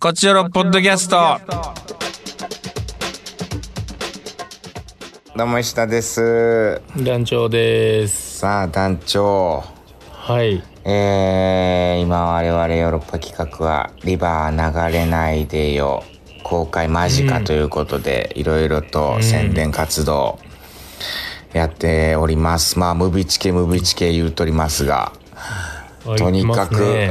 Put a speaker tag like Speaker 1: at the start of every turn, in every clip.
Speaker 1: こちらのポッドキャスト。
Speaker 2: どうも石田です
Speaker 3: 団長です。
Speaker 2: さあ団長
Speaker 3: はい。
Speaker 2: えー、今我々ヨーロッパ企画は「リバー流れないでよ」公開間近ということで、いろいろと宣伝活動やっております、まあムビチケムビチケ言うとりますがとにかく、
Speaker 3: あ言ってますね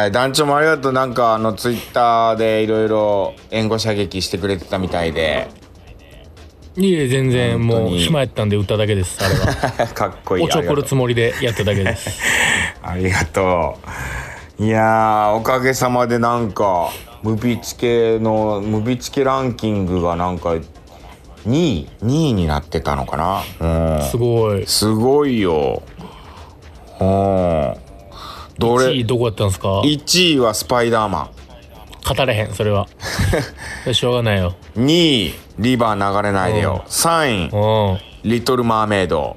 Speaker 2: はい団長もありがとうなんかあのツイッターでいろいろ援護射撃してくれてたみたいで
Speaker 3: いえ、全然
Speaker 2: 本当
Speaker 3: もう
Speaker 2: に
Speaker 3: 暇やったんで歌だけです、あれは。
Speaker 2: かっこいい
Speaker 3: おちょこ
Speaker 2: ありがと
Speaker 3: る
Speaker 2: う
Speaker 3: つもりでやっただけです。
Speaker 2: ありがとう。いやー、おかげさまでなんか、ムビチケの、ムビチケランキングがなんか、2位、2位になってたのかなうん。
Speaker 3: すごい。
Speaker 2: すごいよ。うん。ど
Speaker 3: 1位
Speaker 2: れ、
Speaker 3: どこやったんですか
Speaker 2: 1位はスパイダーマ
Speaker 3: 語れへん、そ れは。しょうがないよ。
Speaker 2: ン。2位、リバー流れないでよ。3
Speaker 3: うん。
Speaker 2: 位、リトルマーメイド。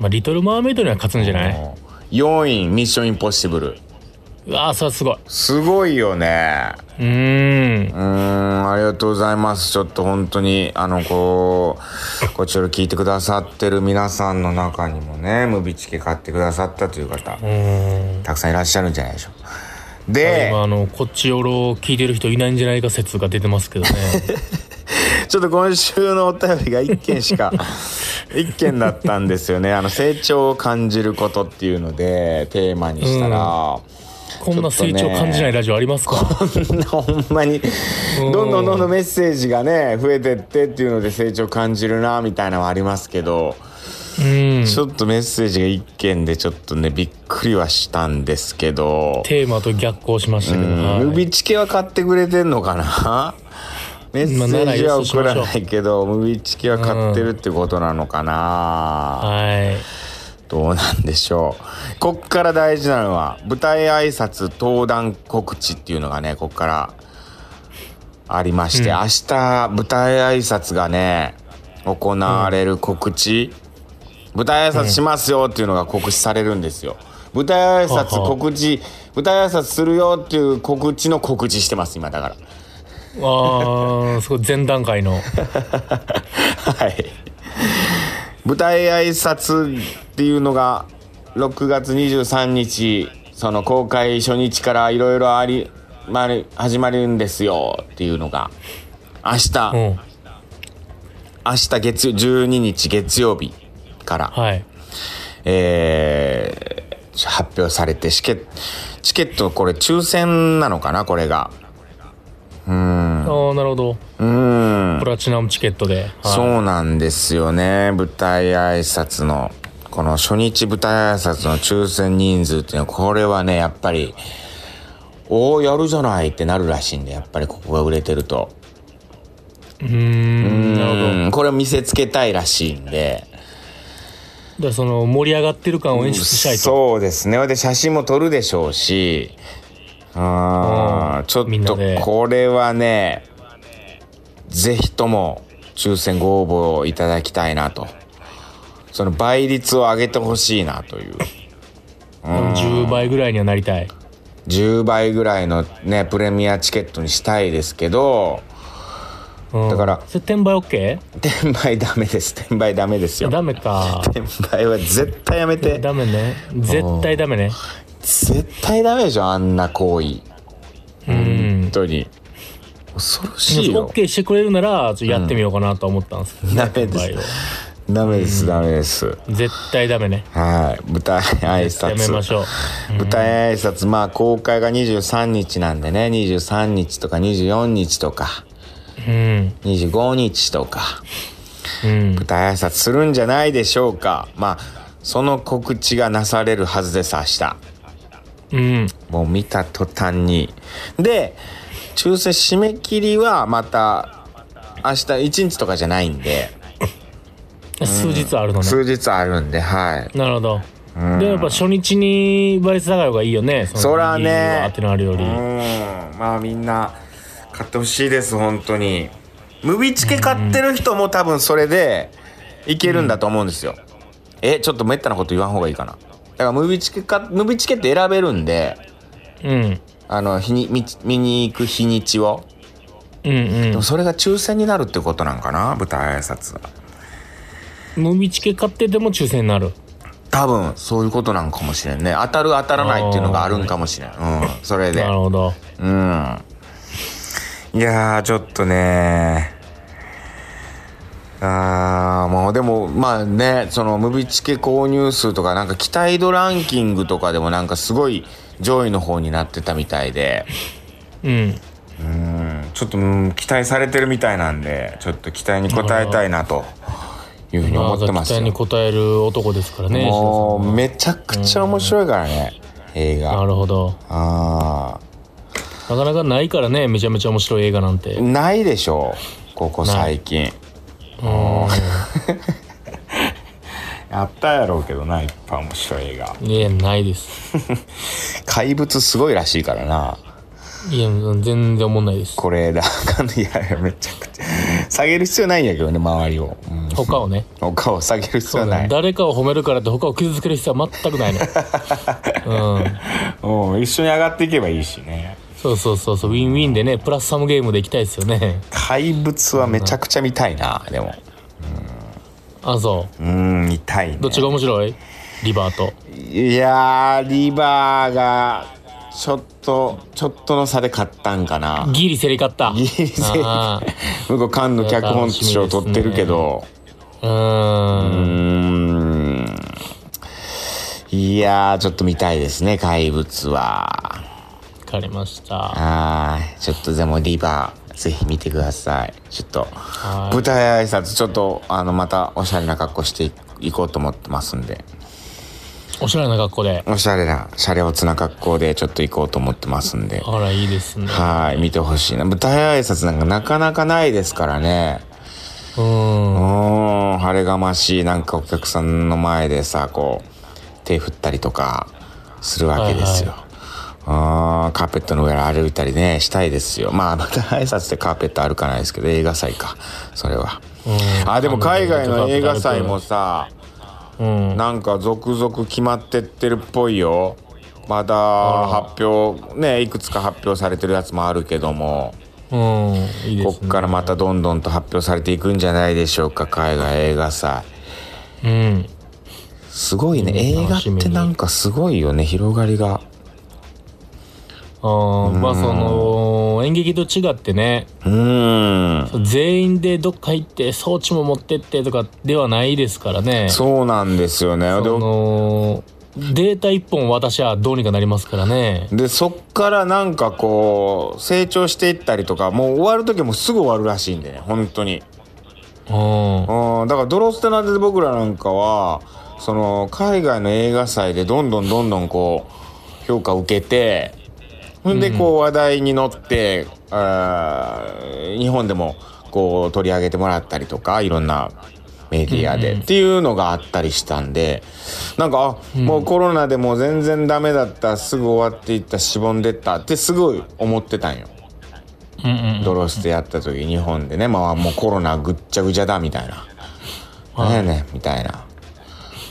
Speaker 3: まあ、リトル・マーメイドには勝つんじゃない
Speaker 2: 4位、ミッションインポッシブル。
Speaker 3: うわあ、それはすごい。
Speaker 2: すごいよね。
Speaker 3: うーん。
Speaker 2: うーん、ありがとうございます。ちょっと本当に、あの、こう、こちらを聞いてくださってる皆さんの中にもね、ムビチケ買ってくださったという方、たくさんいらっしゃるんじゃないでしょうか。で
Speaker 3: 今、、あの、こっちよろ聞いてる人いないんじゃないか説が出てます けどね。
Speaker 2: ちょっと今週のお便りが1件し か、1件だったんですよね。あの、成長を感じることっていうので、テーマにしたら、
Speaker 3: こんな成長感じないラジオありますか
Speaker 2: そんなほんまにどんどんどんどんメッセージがね増えてってっていうので成長感じるなみたいなのはありますけど、
Speaker 3: うん。
Speaker 2: ちょっとメッセージが一件でちょっとねびっくりはしたんですけど、
Speaker 3: テーマと逆行しましたけど。はい
Speaker 2: ムビチケは買ってくれてんのか なメッセージは送らないけどムビチケは買ってるってことなのかな、
Speaker 3: はい。
Speaker 2: どうなんでしょうこっから大事なのは舞台挨拶登壇告知っていうのがねこっからありまして、明日舞台挨拶がね行われる告知、舞台挨拶しますよっていうのが告知されるんですよ舞台挨
Speaker 3: は
Speaker 2: 拶
Speaker 3: は
Speaker 2: 告知舞台挨拶するよっていう告知の告知してます今だから
Speaker 3: ああ、すごい前段 階の。
Speaker 2: はい。舞台挨拶っていうのが6月23日その公開初日からいろいろあり、まる始まるんですよっていうのが明日、
Speaker 3: うん。
Speaker 2: 明日月12日月曜日から、
Speaker 3: はい。
Speaker 2: えー発表されてチケチケットこれ抽選なのかなこれが
Speaker 3: ああ、なるほど。
Speaker 2: うん
Speaker 3: プラチナムチケットで。はい
Speaker 2: そうなんですよね舞台挨拶のこの初日舞台挨拶の抽選人数っていうのはこれはねやっぱりおおやるじゃないってなるらしいんでやっぱりここが売れてると
Speaker 3: うーん。なるほど。
Speaker 2: うんこれを見せつけたいらしいんで
Speaker 3: で、その、盛り上がってる感を演出したいと。
Speaker 2: そうですねで写真も撮るでしょうしあーちょ
Speaker 3: みん
Speaker 2: っ
Speaker 3: な
Speaker 2: と
Speaker 3: で
Speaker 2: これはねぜひとも抽選ご応募いただきたいなとその倍率を上げてほしいなという
Speaker 3: 10倍ぐらいにはなりたい。
Speaker 2: 10倍ぐらいのねプレミアチケットにしたいですけど
Speaker 3: うん
Speaker 2: だから
Speaker 3: それ転売 OK?
Speaker 2: 転売ダメです転売ダメですよ
Speaker 3: ダ メか。
Speaker 2: 転売は絶対やめて
Speaker 3: ダメね。絶対ダメね。
Speaker 2: 絶対ダメでしょあんな行為
Speaker 3: うん
Speaker 2: 本。当に恐ろしいよ
Speaker 3: OK してくれるなら、ちょっとやってみようかなとは思ったんですけどね。
Speaker 2: ダメで
Speaker 3: 転売
Speaker 2: す。ダメです、ダメです。
Speaker 3: を絶対ダメね。
Speaker 2: はい。舞台挨拶。
Speaker 3: やめましょう。
Speaker 2: 舞台挨拶、まあ公開が23日なんでね、23日とか24日とか、
Speaker 3: うん。
Speaker 2: 25日とか、
Speaker 3: うん。
Speaker 2: 舞台挨拶するんじゃないでしょうか。まあ、その告知がなされるはずです、明日。
Speaker 3: うん。
Speaker 2: もう見た途端に。で、抽選締め切りはまた、明日1日とかじゃないんで、
Speaker 3: 数日あるのね。
Speaker 2: 数日あるんで、はい。
Speaker 3: なるほど。でやっぱ初日に倍率高い方がいいよね。の
Speaker 2: そらね
Speaker 3: ギリギリはってなるより。
Speaker 2: うんまあみんな買ってほしいです本当にムビチケ買ってる人も多分それでいけるんだと思うんですよ、えちょっとめったなこと言わん方がいいかなだからムビチケかムビチケって選べるんで
Speaker 3: うん。
Speaker 2: あの日に見見に行く日にちを
Speaker 3: うん
Speaker 2: で
Speaker 3: う
Speaker 2: もそれが抽選になるってことなんかな舞台挨拶は
Speaker 3: ん。ムービーチケ買ってても抽選になる。
Speaker 2: 多分そういうことなんかもしれんね当たる当たらないっていうのがあるんかもしれんうんそれで
Speaker 3: なるほど。
Speaker 2: うんいやーちょっとねあーもうでもまあねそのムビチケ購入数とかなんか期待度ランキングとかでもなんかすごい上位の方になってたみたいで
Speaker 3: うん。
Speaker 2: うんちょっと、うん期待されてるみたいなんでちょっと期待に応えたいなというふうに思ってます
Speaker 3: 期
Speaker 2: よ、
Speaker 3: 待に応える男ですからね。
Speaker 2: もうめちゃくちゃ面白いからね映
Speaker 3: 石田さんな
Speaker 2: 画
Speaker 3: るほど。
Speaker 2: あ
Speaker 3: なかなかないからね、めちゃめちゃ面白い映画なんて。
Speaker 2: ー
Speaker 3: うん。
Speaker 2: ないでしょうここ最近。やったやろうけどな、いっぱい面白い映画。
Speaker 3: いや、ないです。
Speaker 2: 怪物すごいらしいからな。
Speaker 3: いや、全然思んないです。
Speaker 2: これだ、 かんいやいや、めちゃくちゃ。下げる必要ないんやけどね、周りを。うん、
Speaker 3: 他をね。
Speaker 2: 他を下げる必要
Speaker 3: そうだ
Speaker 2: な
Speaker 3: ね
Speaker 2: い。
Speaker 3: 誰かを褒めるからって他を傷つける必要は全くないね。 うん。
Speaker 2: うん、一緒に上がっていけばいいしね。
Speaker 3: そうそうそうそう、ウィンウィンでね、プラスサムゲームでいきたいですよね。
Speaker 2: 怪物はめちゃくちゃ見たいな、でも。
Speaker 3: あ、そう。
Speaker 2: うん、見たい、ね。
Speaker 3: どっちが面白いリバーと。
Speaker 2: いやー、リバーが、ちょっと、ちょっとの差で勝ったんかな。
Speaker 3: ギリ競り勝った。
Speaker 2: ギリ競り勝った
Speaker 3: あ
Speaker 2: 向こう、カンの脚本賞取ってるけど。
Speaker 3: ーうーん。
Speaker 2: うーんいやー、ちょっと見たいですね、怪物は。
Speaker 3: わかりました。
Speaker 2: はーい。ちょっとでもリバー、ぜひ見てください。ちょっと、
Speaker 3: は
Speaker 2: 舞台挨拶、ちょっと、あの、また、おしゃれな格好していこうと思ってますんで。
Speaker 3: おしゃれな格好で。
Speaker 2: おしゃれな、シャレオツな格好で、ちょっと行こうと思ってますんで。
Speaker 3: あら、いいですね。
Speaker 2: はーい。見てほしいな。舞台挨拶なんかなかなかないですからね。
Speaker 3: うー。
Speaker 2: うんーん、晴れがましい、なんかお客さんの前でさ、こう、手振ったりとか、するわけですよ。
Speaker 3: は
Speaker 2: あーカーペットの上歩いたりね、したいですよ。まあ、また挨拶でカーペット歩かないですけど、映画祭か、それは。
Speaker 3: うん
Speaker 2: あ、でも海外の映画祭も。さ、
Speaker 3: うん。
Speaker 2: なんか続々決まってってるっぽいよ。まだ発表、ね、いくつか発表されてるやつもあるけども。
Speaker 3: うん。いいで
Speaker 2: こ
Speaker 3: す
Speaker 2: っ
Speaker 3: ね。
Speaker 2: からまたどんどんと発表されていくんじゃないでしょうか海外映画祭
Speaker 3: うん。
Speaker 2: すごいね
Speaker 3: うん
Speaker 2: 映画ってなんかすごいよね広がりが
Speaker 3: あーまあ、その、演劇と違ってね、
Speaker 2: うーん
Speaker 3: 全員でどっか行って装置も持ってってとかではないですからね。
Speaker 2: そうなんですよねで
Speaker 3: そのデータ一本私はどうにかなりますからね。
Speaker 2: でそっからなんかこう成長していったりとかもう終わる時もすぐ終わるらしいんでね本当に
Speaker 3: うん。
Speaker 2: うんだから「ドロステナ」で僕らなんかはその海外の映画祭でどんどんどんどんこう評価を受けてほんでこう話題に乗って、あー日本でもこう取り上げてもらったりとかいろんなメディアで、っていうのがあったりしたんでなんかあもうコロナでもう全然ダメだったすぐ終わっていったしぼんでったってすごい思ってたんよ。
Speaker 3: うんうん。
Speaker 2: ドロスでやった時日本でねまあもうコロナぐっちゃぐちゃだみたいななんやねんみたいな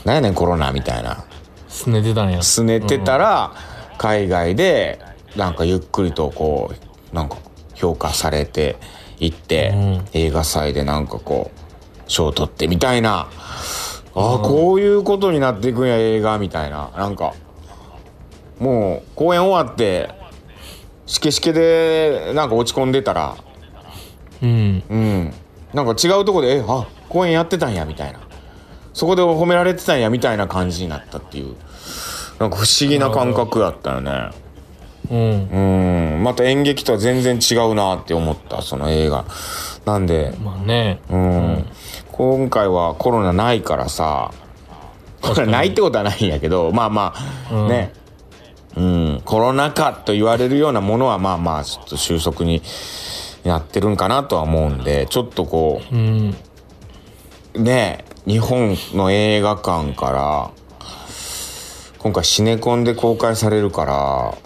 Speaker 2: なんやねんコロナみたいな
Speaker 3: すねてたんや。
Speaker 2: 拗ねてたら海外でなんかゆっくりとこうなんか評価されていって
Speaker 3: うん
Speaker 2: 映画祭でなんかこう賞を取ってみたいなああこういうことになっていくんや映画みたいななんかもう公演終わってしけしけでなんか落ち込んでたら
Speaker 3: うん。
Speaker 2: うん、なんか違うとこで「えあ公演やってたんや」みたいなそこで褒められてたんやみたいな感じになったっていうなんか不思議な感覚やったよね
Speaker 3: うん。
Speaker 2: うんまた演劇とは全然違うなって思ったその映画なんで
Speaker 3: まあね。
Speaker 2: うん、今回はコロナないからさコロナないってことはないんやけどまあまあ、
Speaker 3: うん
Speaker 2: ねうんコロナ禍と言われるようなものはまあまあちょっと収束になってるんかなとは思うんでちょっとこう
Speaker 3: うん。
Speaker 2: ねえ日本の映画館から今回シネコンで公開されるか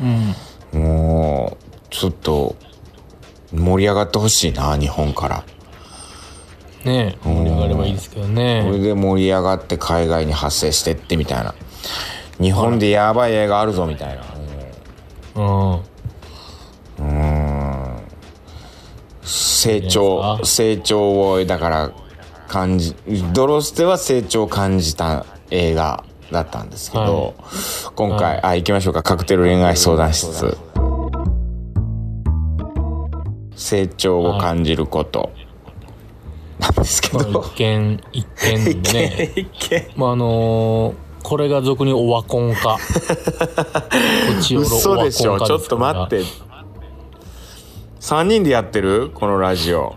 Speaker 3: うん。
Speaker 2: らもうちょっと盛り上がってほしいな日本から
Speaker 3: ねえ、盛り上がればいいですけど
Speaker 2: それ
Speaker 3: ね。
Speaker 2: で盛り上がって海外に発生してってみたいな日本でやばい映画あるぞみたいな
Speaker 3: うん。
Speaker 2: 成長成長をだから感じドロステは成長を感じた映画だったんですけど、今回、あ行きましょうかカクテル恋愛相談室、成長を感じることなんですけ
Speaker 3: まあ
Speaker 2: ど、
Speaker 3: 一見、一見でね。
Speaker 2: 一見
Speaker 3: まああのーこれが俗にオワコ ンか。こっちよろ
Speaker 2: 嘘でし
Speaker 3: オ
Speaker 2: ょ
Speaker 3: ワコン
Speaker 2: ち
Speaker 3: か
Speaker 2: ょ
Speaker 3: す
Speaker 2: っ
Speaker 3: か
Speaker 2: と
Speaker 3: ら
Speaker 2: 待って3人でやってるこのラジオ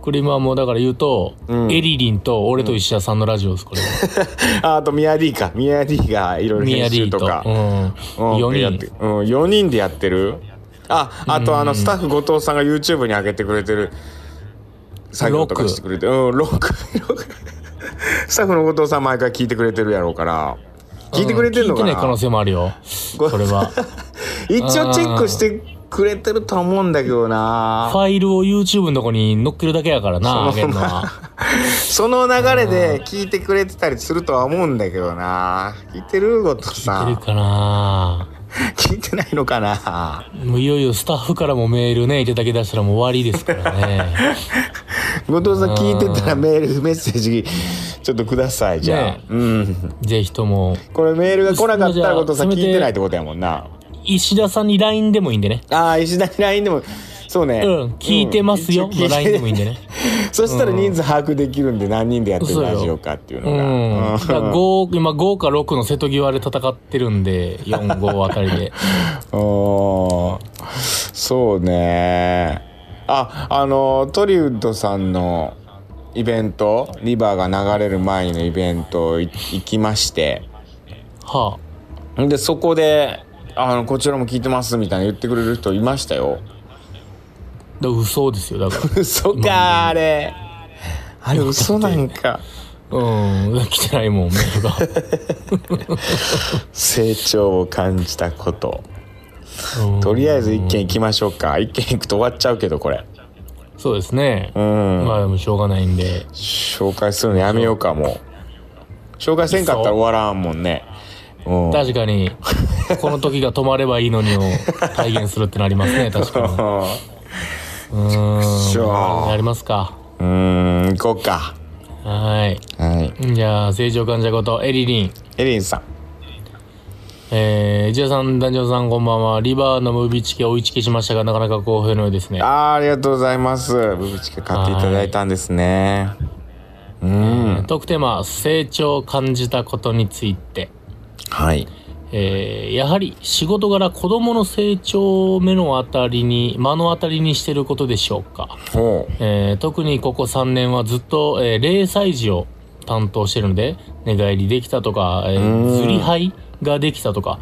Speaker 3: これ今もうだから言うと、
Speaker 2: うん
Speaker 3: エリリンと俺と石田さんのラジオです、これは。
Speaker 2: ああとミヤディかミヤディがいろいろ
Speaker 3: ミヤ
Speaker 2: 編
Speaker 3: リ
Speaker 2: 集
Speaker 3: ー
Speaker 2: と
Speaker 3: と。
Speaker 2: か
Speaker 3: うん。
Speaker 2: うんやっ
Speaker 3: 4
Speaker 2: て
Speaker 3: 人。
Speaker 2: うん、4人でやってるああとあのスタッフ後藤さんが YouTube に上げてくれてる作業とかしてくれてうんロックロック スタッフの後藤さん毎回聞いてくれてるやろうから聞いてくれてるのか
Speaker 3: うん聞いてない可
Speaker 2: な
Speaker 3: 能、性もあるよ。
Speaker 2: ご
Speaker 3: それ は。
Speaker 2: 一応チェックしてくれてると思うんだけどな
Speaker 3: ファイルを YouTube のとこに載っけるだけやからな、あげる のは。
Speaker 2: その流れで聞いてくれてたりするとは思うんだけどな聞いてる後藤さ
Speaker 3: 出る
Speaker 2: ん
Speaker 3: かな
Speaker 2: 聞いてないのかな
Speaker 3: もういよいよスタッフからもメールね、いただき出したらもう終わりですから ね。
Speaker 2: 後藤さん聞いてたらメールメッセージちょっとくださいじゃあ、
Speaker 3: ね
Speaker 2: うん
Speaker 3: ぜひとも、
Speaker 2: これメールが来なかったら後藤さん
Speaker 3: じゃあ
Speaker 2: 聞いてないってことやもんな
Speaker 3: 石田さんに LINE でもいいんでね。
Speaker 2: ああ石田に LINE でもそうね
Speaker 3: うん、聞いてますよ。
Speaker 2: うん一応聞
Speaker 3: の
Speaker 2: いて
Speaker 3: LINE でもいいんでね。
Speaker 2: そしたら人数把握できるんで何人でやってるラジオかっていう
Speaker 3: う
Speaker 2: のが、
Speaker 3: ん。だから5今5か6の瀬戸際で戦ってるんで、4、5あた りで。
Speaker 2: おーそうねああのトリウッドさんのイベントリバーが流れる前のイベントい行きまして
Speaker 3: は
Speaker 2: でそこであの「こちらも聞いてます」みたいな言ってくれる人いましたよ
Speaker 3: あ。だ嘘ですよ、だか
Speaker 2: 嘘かあれあれ嘘なんか
Speaker 3: ら。うん。 来てないもん、メールが。
Speaker 2: 成長を感じたこと
Speaker 3: うん
Speaker 2: とりあえず一軒行きましょうか一軒行くと終わっちゃうけどこれ
Speaker 3: そうですね。
Speaker 2: うん
Speaker 3: まあでもしょうがないんで。
Speaker 2: 紹介するのやめようかもう紹介せんかったら終わらんもんね うん
Speaker 3: 確かに、この時が止まればいいのにを体現するってなりますね、確かに。う
Speaker 2: しょ
Speaker 3: ーん。やりますか。
Speaker 2: うんうん行こうか
Speaker 3: は
Speaker 2: はい
Speaker 3: い。じゃあ、正常患者こと、エリリン。
Speaker 2: エリンさん
Speaker 3: えー、ジアさん、男女さん、こんばんは。リバーのムービーチケを追いチケしましたが、なかなか好評のようですね。
Speaker 2: あーありがとうございますブブチケ買っていただいたんですねうん
Speaker 3: 特テーマ、成長を感じたことについて。
Speaker 2: はい
Speaker 3: えーやはり仕事柄子供の成長を目の当たりに、目の当たりにしてることでしょうか。
Speaker 2: ほう
Speaker 3: えー特にここ3年はずっと、えー0歳児を担当してるので、寝返りできたとか、えー
Speaker 2: うん
Speaker 3: ずり肺ができたとか、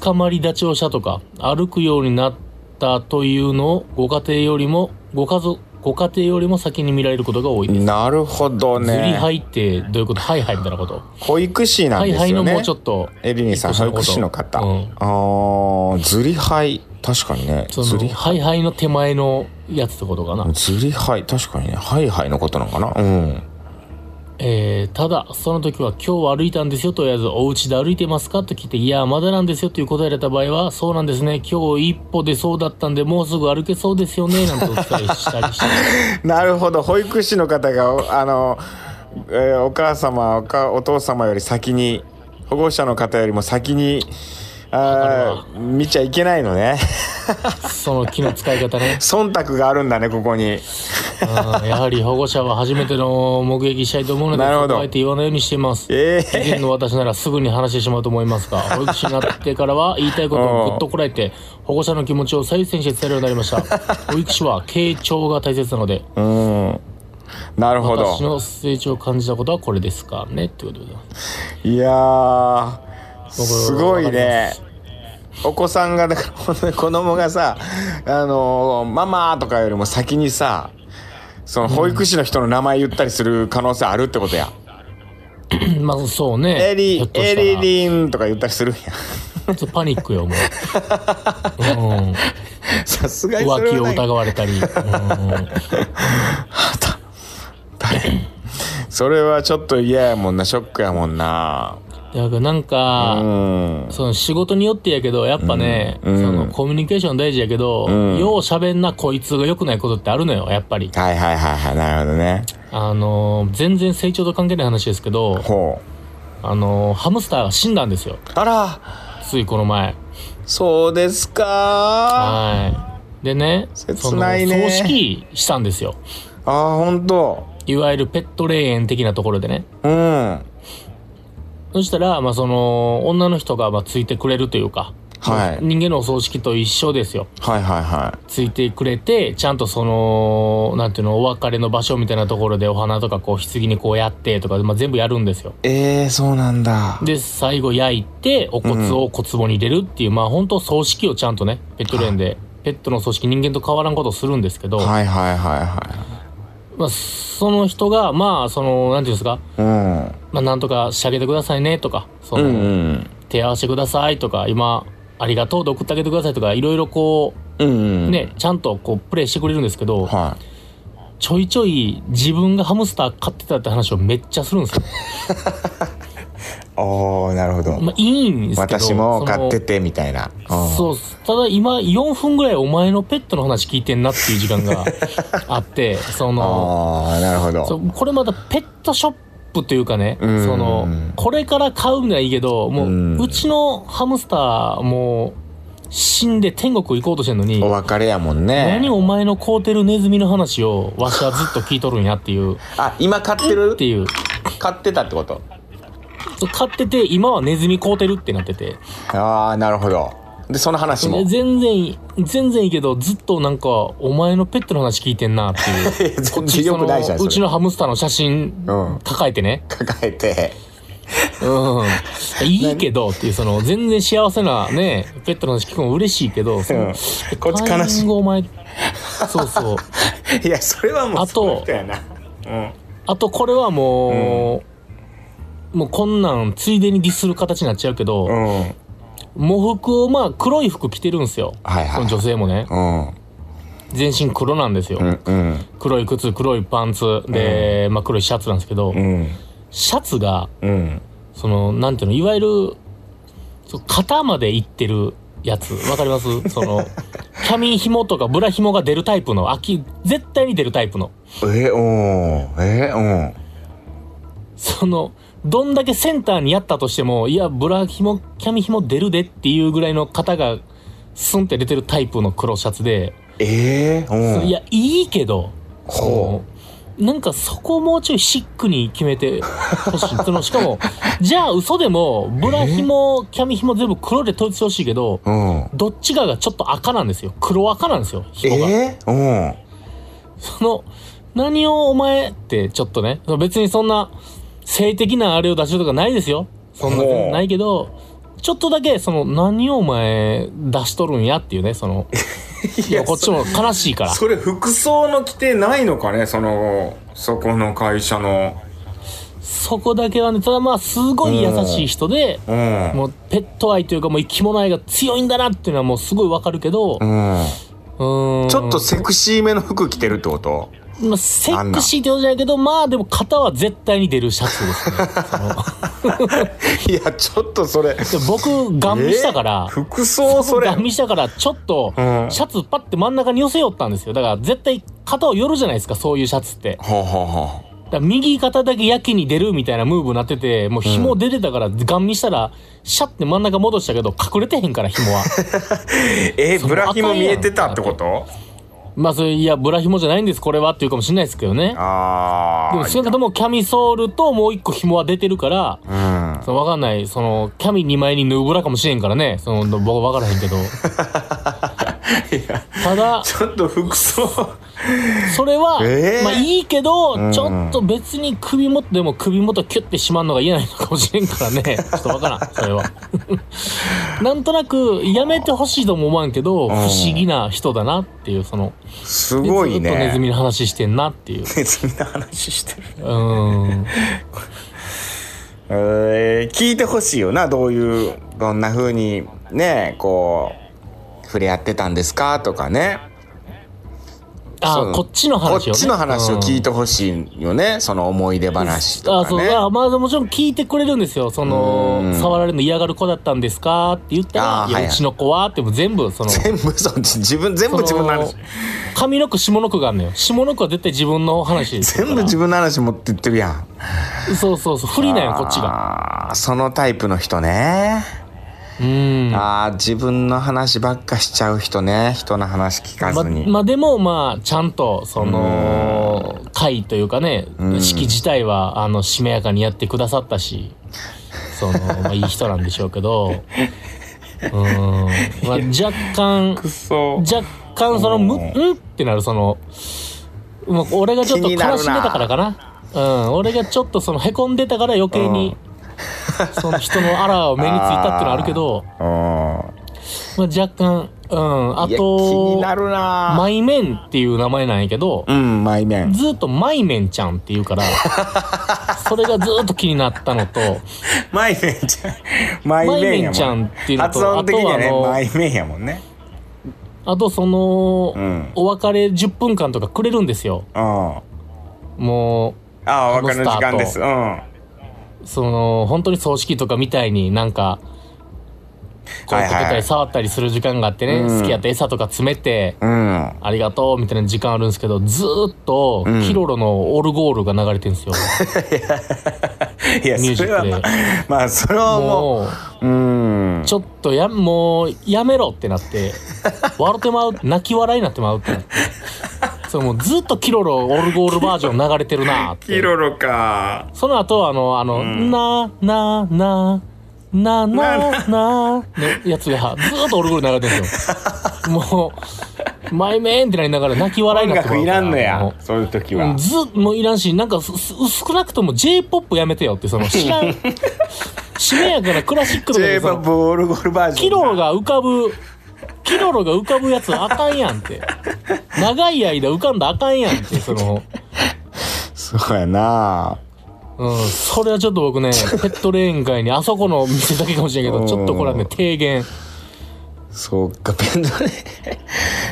Speaker 3: 捕まり立ちをしたとか、歩くようになったというのをご家庭よりも、ご家族、ご家庭よりも先に見られることが多いです。
Speaker 2: なるほど
Speaker 3: ずり
Speaker 2: ね
Speaker 3: 肺ってどういうことハイハイみたいなこと。
Speaker 2: 保育士なん
Speaker 3: ハイ
Speaker 2: で
Speaker 3: ハ
Speaker 2: す
Speaker 3: イ
Speaker 2: よ
Speaker 3: の
Speaker 2: ね
Speaker 3: もうちょっと、
Speaker 2: エリニさん保育士の方、
Speaker 3: うん
Speaker 2: あーずり肺確かにね
Speaker 3: そ
Speaker 2: ず
Speaker 3: の、
Speaker 2: り
Speaker 3: ハイハイの手前のやつってことかな。
Speaker 2: ずり肺確かにねハイハイのことなのかなうん
Speaker 3: えーただ、その時は今日は歩いたんですよと言わず、お家で歩いてますかと聞いて、いや、まだなんですよという答えられた場合は、そうなんですね、今日一歩でそうだったんで、もうすぐ歩けそうですよね、なんてお伝えしたりして。
Speaker 2: なるほど保育士の方がおあの、えーお母様おかお父様より先に保護者の方よりも先にあー見ちゃいけないの ね
Speaker 3: その木の使い方ね。
Speaker 2: 忖度があるんだねここに
Speaker 3: うんやはり保護者は初めての目撃したいと思うので、
Speaker 2: なるほど
Speaker 3: あえて言わないようにしています。
Speaker 2: ええ
Speaker 3: 以前の私ならすぐに話してしまうと思いますが、 保育士になってからは言いたいことをぐっとこらえて、保護者の気持ちを最先して伝えるようになりました。保育士は傾聴が大切なので、
Speaker 2: うんなるほど
Speaker 3: 私の成長を感じたことはこれですかねってこ とだ。
Speaker 2: いやーすごい
Speaker 3: わかりま
Speaker 2: ねお子さんがだから ほんとに子供がさ「あのーママ」とかよりも先にさその保育士の人の名前言ったりする可能性あるってことや
Speaker 3: まあそう
Speaker 2: 「
Speaker 3: ね。
Speaker 2: エリ
Speaker 3: ひょっとし
Speaker 2: エ
Speaker 3: たら
Speaker 2: リリン」とか言ったりするん や
Speaker 3: ちょっとパニック よ、もう。うん、
Speaker 2: さすがにそ
Speaker 3: 浮気
Speaker 2: れ
Speaker 3: を
Speaker 2: はない
Speaker 3: 疑われたり。うん
Speaker 2: それはちょっと嫌やもんなショックやもんな
Speaker 3: だからなんか、
Speaker 2: うん
Speaker 3: その仕事によってやけど、やっぱね、
Speaker 2: うん
Speaker 3: そのコミュニケーション大事やけど、
Speaker 2: ん
Speaker 3: よう喋んなこいつが良くないことってあるのよ、やっぱり。
Speaker 2: はいはいはいはいなるほどね
Speaker 3: あのー、全然成長と関係ない話ですけど、
Speaker 2: ほ
Speaker 3: あのー、ハムスターが死んだんですよ。
Speaker 2: うあら
Speaker 3: ついこの前。
Speaker 2: そうですか
Speaker 3: はい。でね、
Speaker 2: 切ないね
Speaker 3: その葬式したんですよ。
Speaker 2: ああほんと
Speaker 3: いわゆるペット霊園的なところでね。
Speaker 2: うんは
Speaker 3: そしたら、まあ、その、女の人が、まあ、ついてくれるというか、
Speaker 2: はい
Speaker 3: 人間のお葬式と一緒ですよ。
Speaker 2: いはいは
Speaker 3: ついてくれて、ちゃんとその、なんていうの、お別れの場所みたいなところでお花とかこう、棺にこうやってとか、まあ、全部やるんですよ。
Speaker 2: いえー、そうなんだ
Speaker 3: で、最後焼いて、お骨を骨壺に入れるっていう、まあ、本当葬式をちゃんとね、ペットレーンで、ペットの葬式人間と変わらんことをするんですけど、
Speaker 2: はいはいは
Speaker 3: まあ、その人が、まあ、その、なんていうんですか、
Speaker 2: いはい
Speaker 3: まあ、なんとかしてあげてくださいねとか、そ
Speaker 2: うん
Speaker 3: の、
Speaker 2: うんうん
Speaker 3: 手合わせてくださいとか、今、ありがとうで送ってあげてくださいとか、いろいろこ
Speaker 2: うんう
Speaker 3: う、
Speaker 2: ん
Speaker 3: ね、ちゃんとこう、プレイしてくれるんですけど、
Speaker 2: は
Speaker 3: ちょいちょい自分がハムスター飼ってたって話をめっちゃするんですよ。
Speaker 2: いおーなるほど
Speaker 3: まあ、いいんですけど。
Speaker 2: 私も買って
Speaker 3: て。
Speaker 2: てみたいなう
Speaker 3: そうっす。ただ今4分ぐらいお前のペットの話聞いてんなっていう時間 があって、その、
Speaker 2: ああなるほど
Speaker 3: そうこれまたペットショップというかね、
Speaker 2: うん
Speaker 3: その、これから買うのはいいけど、も
Speaker 2: うん
Speaker 3: う、うちのハムスターも死んで天国行こうとしてんのに、
Speaker 2: お別れやもんね
Speaker 3: 何お前の飼うてるネズミの話をわしはずっと聞いとるんやっていう、
Speaker 2: あ今買ってる
Speaker 3: っていう。
Speaker 2: 買ってたってこと
Speaker 3: 買ってて、今はネズミ買うてるってなってて。
Speaker 2: ああなるほどでその話もい
Speaker 3: 全然いい、全然いいけど、ずっとなんか、お前のペットの話聞いてんなっていう。
Speaker 2: や全然 よくないじゃん
Speaker 3: うち
Speaker 2: それ
Speaker 3: のハムスターの写真
Speaker 2: うん、
Speaker 3: 抱えてね。
Speaker 2: 抱えて
Speaker 3: うん。いいけどっていう、その、全然幸せなね、ペットの話聞くの嬉しいけど、その
Speaker 2: うんこっち悲しい
Speaker 3: タイミングお前、そうそう。
Speaker 2: いやそれはもう
Speaker 3: あと
Speaker 2: そういう人やな
Speaker 3: あと、これはもう、もうこんなん、ついでにディスする形になっちゃうけど、
Speaker 2: うんうん
Speaker 3: 喪服を、まあ、黒い服着てるんですよ。
Speaker 2: はい
Speaker 3: こ
Speaker 2: は
Speaker 3: の
Speaker 2: い
Speaker 3: 女性もね。
Speaker 2: うん
Speaker 3: 全身黒なんですよ。
Speaker 2: うん
Speaker 3: 黒い靴、黒いパンツ、で、まあ黒いシャツなんですけど、
Speaker 2: うん
Speaker 3: シャツが、
Speaker 2: うん
Speaker 3: その、なんていうの、いわゆる、そう肩までいってるやつ、わかります その、キャミン紐とかブラ紐が出るタイプの、秋、絶対に出るタイプの、
Speaker 2: えうんえうん
Speaker 3: その、どんだけセンターにやったとしても、いや、ブラ紐、キャミ紐出るでっていうぐらいの肩が、スンって出てるタイプの黒シャツで、
Speaker 2: えーうん
Speaker 3: いや、いいけど、
Speaker 2: ほ
Speaker 3: う。なんかそこをもうちょいシックに決めて ほしい。その、しかも、じゃあ嘘でも、ブラひも、キャミひも全部黒で統一してほしいけど、
Speaker 2: うん
Speaker 3: どっちかがちょっと赤なんですよ。黒赤なんですよ、紐が。
Speaker 2: えーうん
Speaker 3: その、何をお前ってちょっとね、別にそんな性的なあれを出してるとかないですよ。そんな
Speaker 2: ほう
Speaker 3: 全然ないけど、ちょっとだけその何をお前出しとるんやっていうね、その、いやこっちも悲しいから。
Speaker 2: それ服装の規定ないのかねそのそこの会社の
Speaker 3: そこだけはね、ただまあすごい優しい人で、
Speaker 2: うん
Speaker 3: もうペット愛というかもう生き物愛が強いんだなっていうのはもうすごいわかるけど、う
Speaker 2: うん
Speaker 3: ーん。
Speaker 2: ちょっと、セクシーめの服着てるってこと
Speaker 3: まあ、セクシーってことじゃないけど、まあでも型は絶対に出るシャツですね。
Speaker 2: いやちょっとそれ
Speaker 3: で僕、ガン見したから、
Speaker 2: 服装それ
Speaker 3: ガン見したからちょっと、シ
Speaker 2: うん
Speaker 3: ャツパッて真ん中に寄せよったんですよ。だから絶対型を寄るじゃないですか、そういうシャツって。
Speaker 2: ほうほうほう
Speaker 3: だから右肩だけやけに出るみたいなムーブになってて、もう紐出てたから、ガン見したら、シャッて真ん中戻したけど、隠れてへんから、紐は。
Speaker 2: え
Speaker 3: の
Speaker 2: ブラヒも見えてたってこと
Speaker 3: まあ、それ、いや、ブラ紐じゃないんです、これはっていうかもしれないですけどね。
Speaker 2: あ
Speaker 3: でも、
Speaker 2: ー
Speaker 3: 少なくともキャミソールともう一個紐は出てるから、
Speaker 2: うん
Speaker 3: そのわかんない、その、キャミ2枚にヌーブラかもしれんからね、その、僕わからへんけ ど。ただ、
Speaker 2: ちょっと服装
Speaker 3: それは、
Speaker 2: えー
Speaker 3: まあいいけど、ちょっと別に首元でも首元キュッてしまうのが嫌なのかもしれんから ね、ちょっとわからん、それは。 なんとなく、やめてほしいとも思わんけど、不思議な人だなっていう、その、
Speaker 2: すごい
Speaker 3: ずっとネズミ
Speaker 2: ね
Speaker 3: の話してんなっていう。
Speaker 2: ネズミの話してる
Speaker 3: うん。
Speaker 2: えー聞いてほしいよなどういうどんな風にねこう触れ合ってたんですかとかねそ
Speaker 3: あ
Speaker 2: の
Speaker 3: こっちの
Speaker 2: こ
Speaker 3: 話を、ね、
Speaker 2: っちの話を聞い
Speaker 3: て
Speaker 2: てほしいよね、その思い出話と
Speaker 3: あ
Speaker 2: か
Speaker 3: そう
Speaker 2: ね。
Speaker 3: あまあもちろん聞いてくれるんですよその触られるの嫌がる子だったんですかって言ったら
Speaker 2: あー
Speaker 3: いや
Speaker 2: はいうはい
Speaker 3: ちの子はってもう全部その
Speaker 2: 全部そう自分全部自分の話
Speaker 3: その上の句下の句があるのよ下の句は絶対自分の話ですから
Speaker 2: 全部自分の話持ってってるやん
Speaker 3: そうそうそう不利なんよこっちが
Speaker 2: がそのタイプの人ね、
Speaker 3: うん
Speaker 2: ああ自分の話ばっかしちゃう人ね人の話聞か
Speaker 3: ま
Speaker 2: ずに、
Speaker 3: まあでもまあちゃんとその会というかね式自体はあのしめやかにやってくださったしその、まあ、いい人なんでしょう けどうん、まあ、若 干
Speaker 2: くそ
Speaker 3: 若干そのむんってなるそのもう俺がちょっと
Speaker 2: 気
Speaker 3: 悲
Speaker 2: になるな
Speaker 3: しんでたからかなうん俺がちょっとそのへこんでたから余 計に、その人のあらを目についたってのはあるけど
Speaker 2: うん
Speaker 3: まあ、若干うんあ
Speaker 2: いや気
Speaker 3: と
Speaker 2: になるな
Speaker 3: マイメンっていう名前なんやけど、
Speaker 2: うんマイメン
Speaker 3: ずーっとマイメンちゃんって言 うから、それがずーっと気になったのと、
Speaker 2: マイメンちゃんマ
Speaker 3: マイ
Speaker 2: イメン
Speaker 3: メ
Speaker 2: や
Speaker 3: ンちゃ
Speaker 2: もん
Speaker 3: んっていうの
Speaker 2: 発
Speaker 3: と、あ
Speaker 2: 音的
Speaker 3: と
Speaker 2: に
Speaker 3: は
Speaker 2: は
Speaker 3: あ
Speaker 2: ねマ
Speaker 3: の、
Speaker 2: イメンやもんね
Speaker 3: あとその、
Speaker 2: うん
Speaker 3: お別れ10分間とかくれるんですよ。
Speaker 2: うんあ
Speaker 3: も
Speaker 2: あお別れの時間です
Speaker 3: ハ
Speaker 2: うん
Speaker 3: う、その、本当に葬式とかみたいになんか、こう
Speaker 2: はい
Speaker 3: や
Speaker 2: は
Speaker 3: っ
Speaker 2: い
Speaker 3: てたり触ったりする時間があってね、
Speaker 2: うん
Speaker 3: 好きやった餌とか詰めて、
Speaker 2: うん
Speaker 3: ありがとうみたいな時間あるんですけど、ずーっと、
Speaker 2: うん
Speaker 3: キロロのオルゴールが流れてるんですよ。
Speaker 2: いや
Speaker 3: ミュージ
Speaker 2: そ
Speaker 3: ックで
Speaker 2: れはまあまあそれは も
Speaker 3: も
Speaker 2: うう
Speaker 3: う、
Speaker 2: ん
Speaker 3: ちょっとや、もう、やめろってなって、笑ってまう、泣き笑いになってまうってなって。そう、もうずっとキロロオルゴールバージョン流れてるなって。
Speaker 2: キロロか
Speaker 3: その後はあの、あの、な、な、な、な、な、な、のやつが、ずっとオルゴール流れてるんです よ。もう、マイメーンってなりながら泣き笑い
Speaker 2: 音
Speaker 3: になって
Speaker 2: 楽
Speaker 3: まう
Speaker 2: い
Speaker 3: から
Speaker 2: んのや
Speaker 3: もう
Speaker 2: そういう時
Speaker 3: う
Speaker 2: は
Speaker 3: んずもういらんし、なんかす、す少なくとも J-POP やめてよって、その、知 らん、しめやからクラシックとか
Speaker 2: j
Speaker 3: で
Speaker 2: p
Speaker 3: その
Speaker 2: o p オルゴールバージョン
Speaker 3: キロロが浮かぶ、キロロが浮かぶやつあかんやんって。長い間浮かんだあかんやんって、その、
Speaker 2: そうやな
Speaker 3: うん、それはちょっ と僕ね、ペットレーン界にあそこの店だけかもしれんけど、ちょっとこれはね、提言。
Speaker 2: そうかペットレーン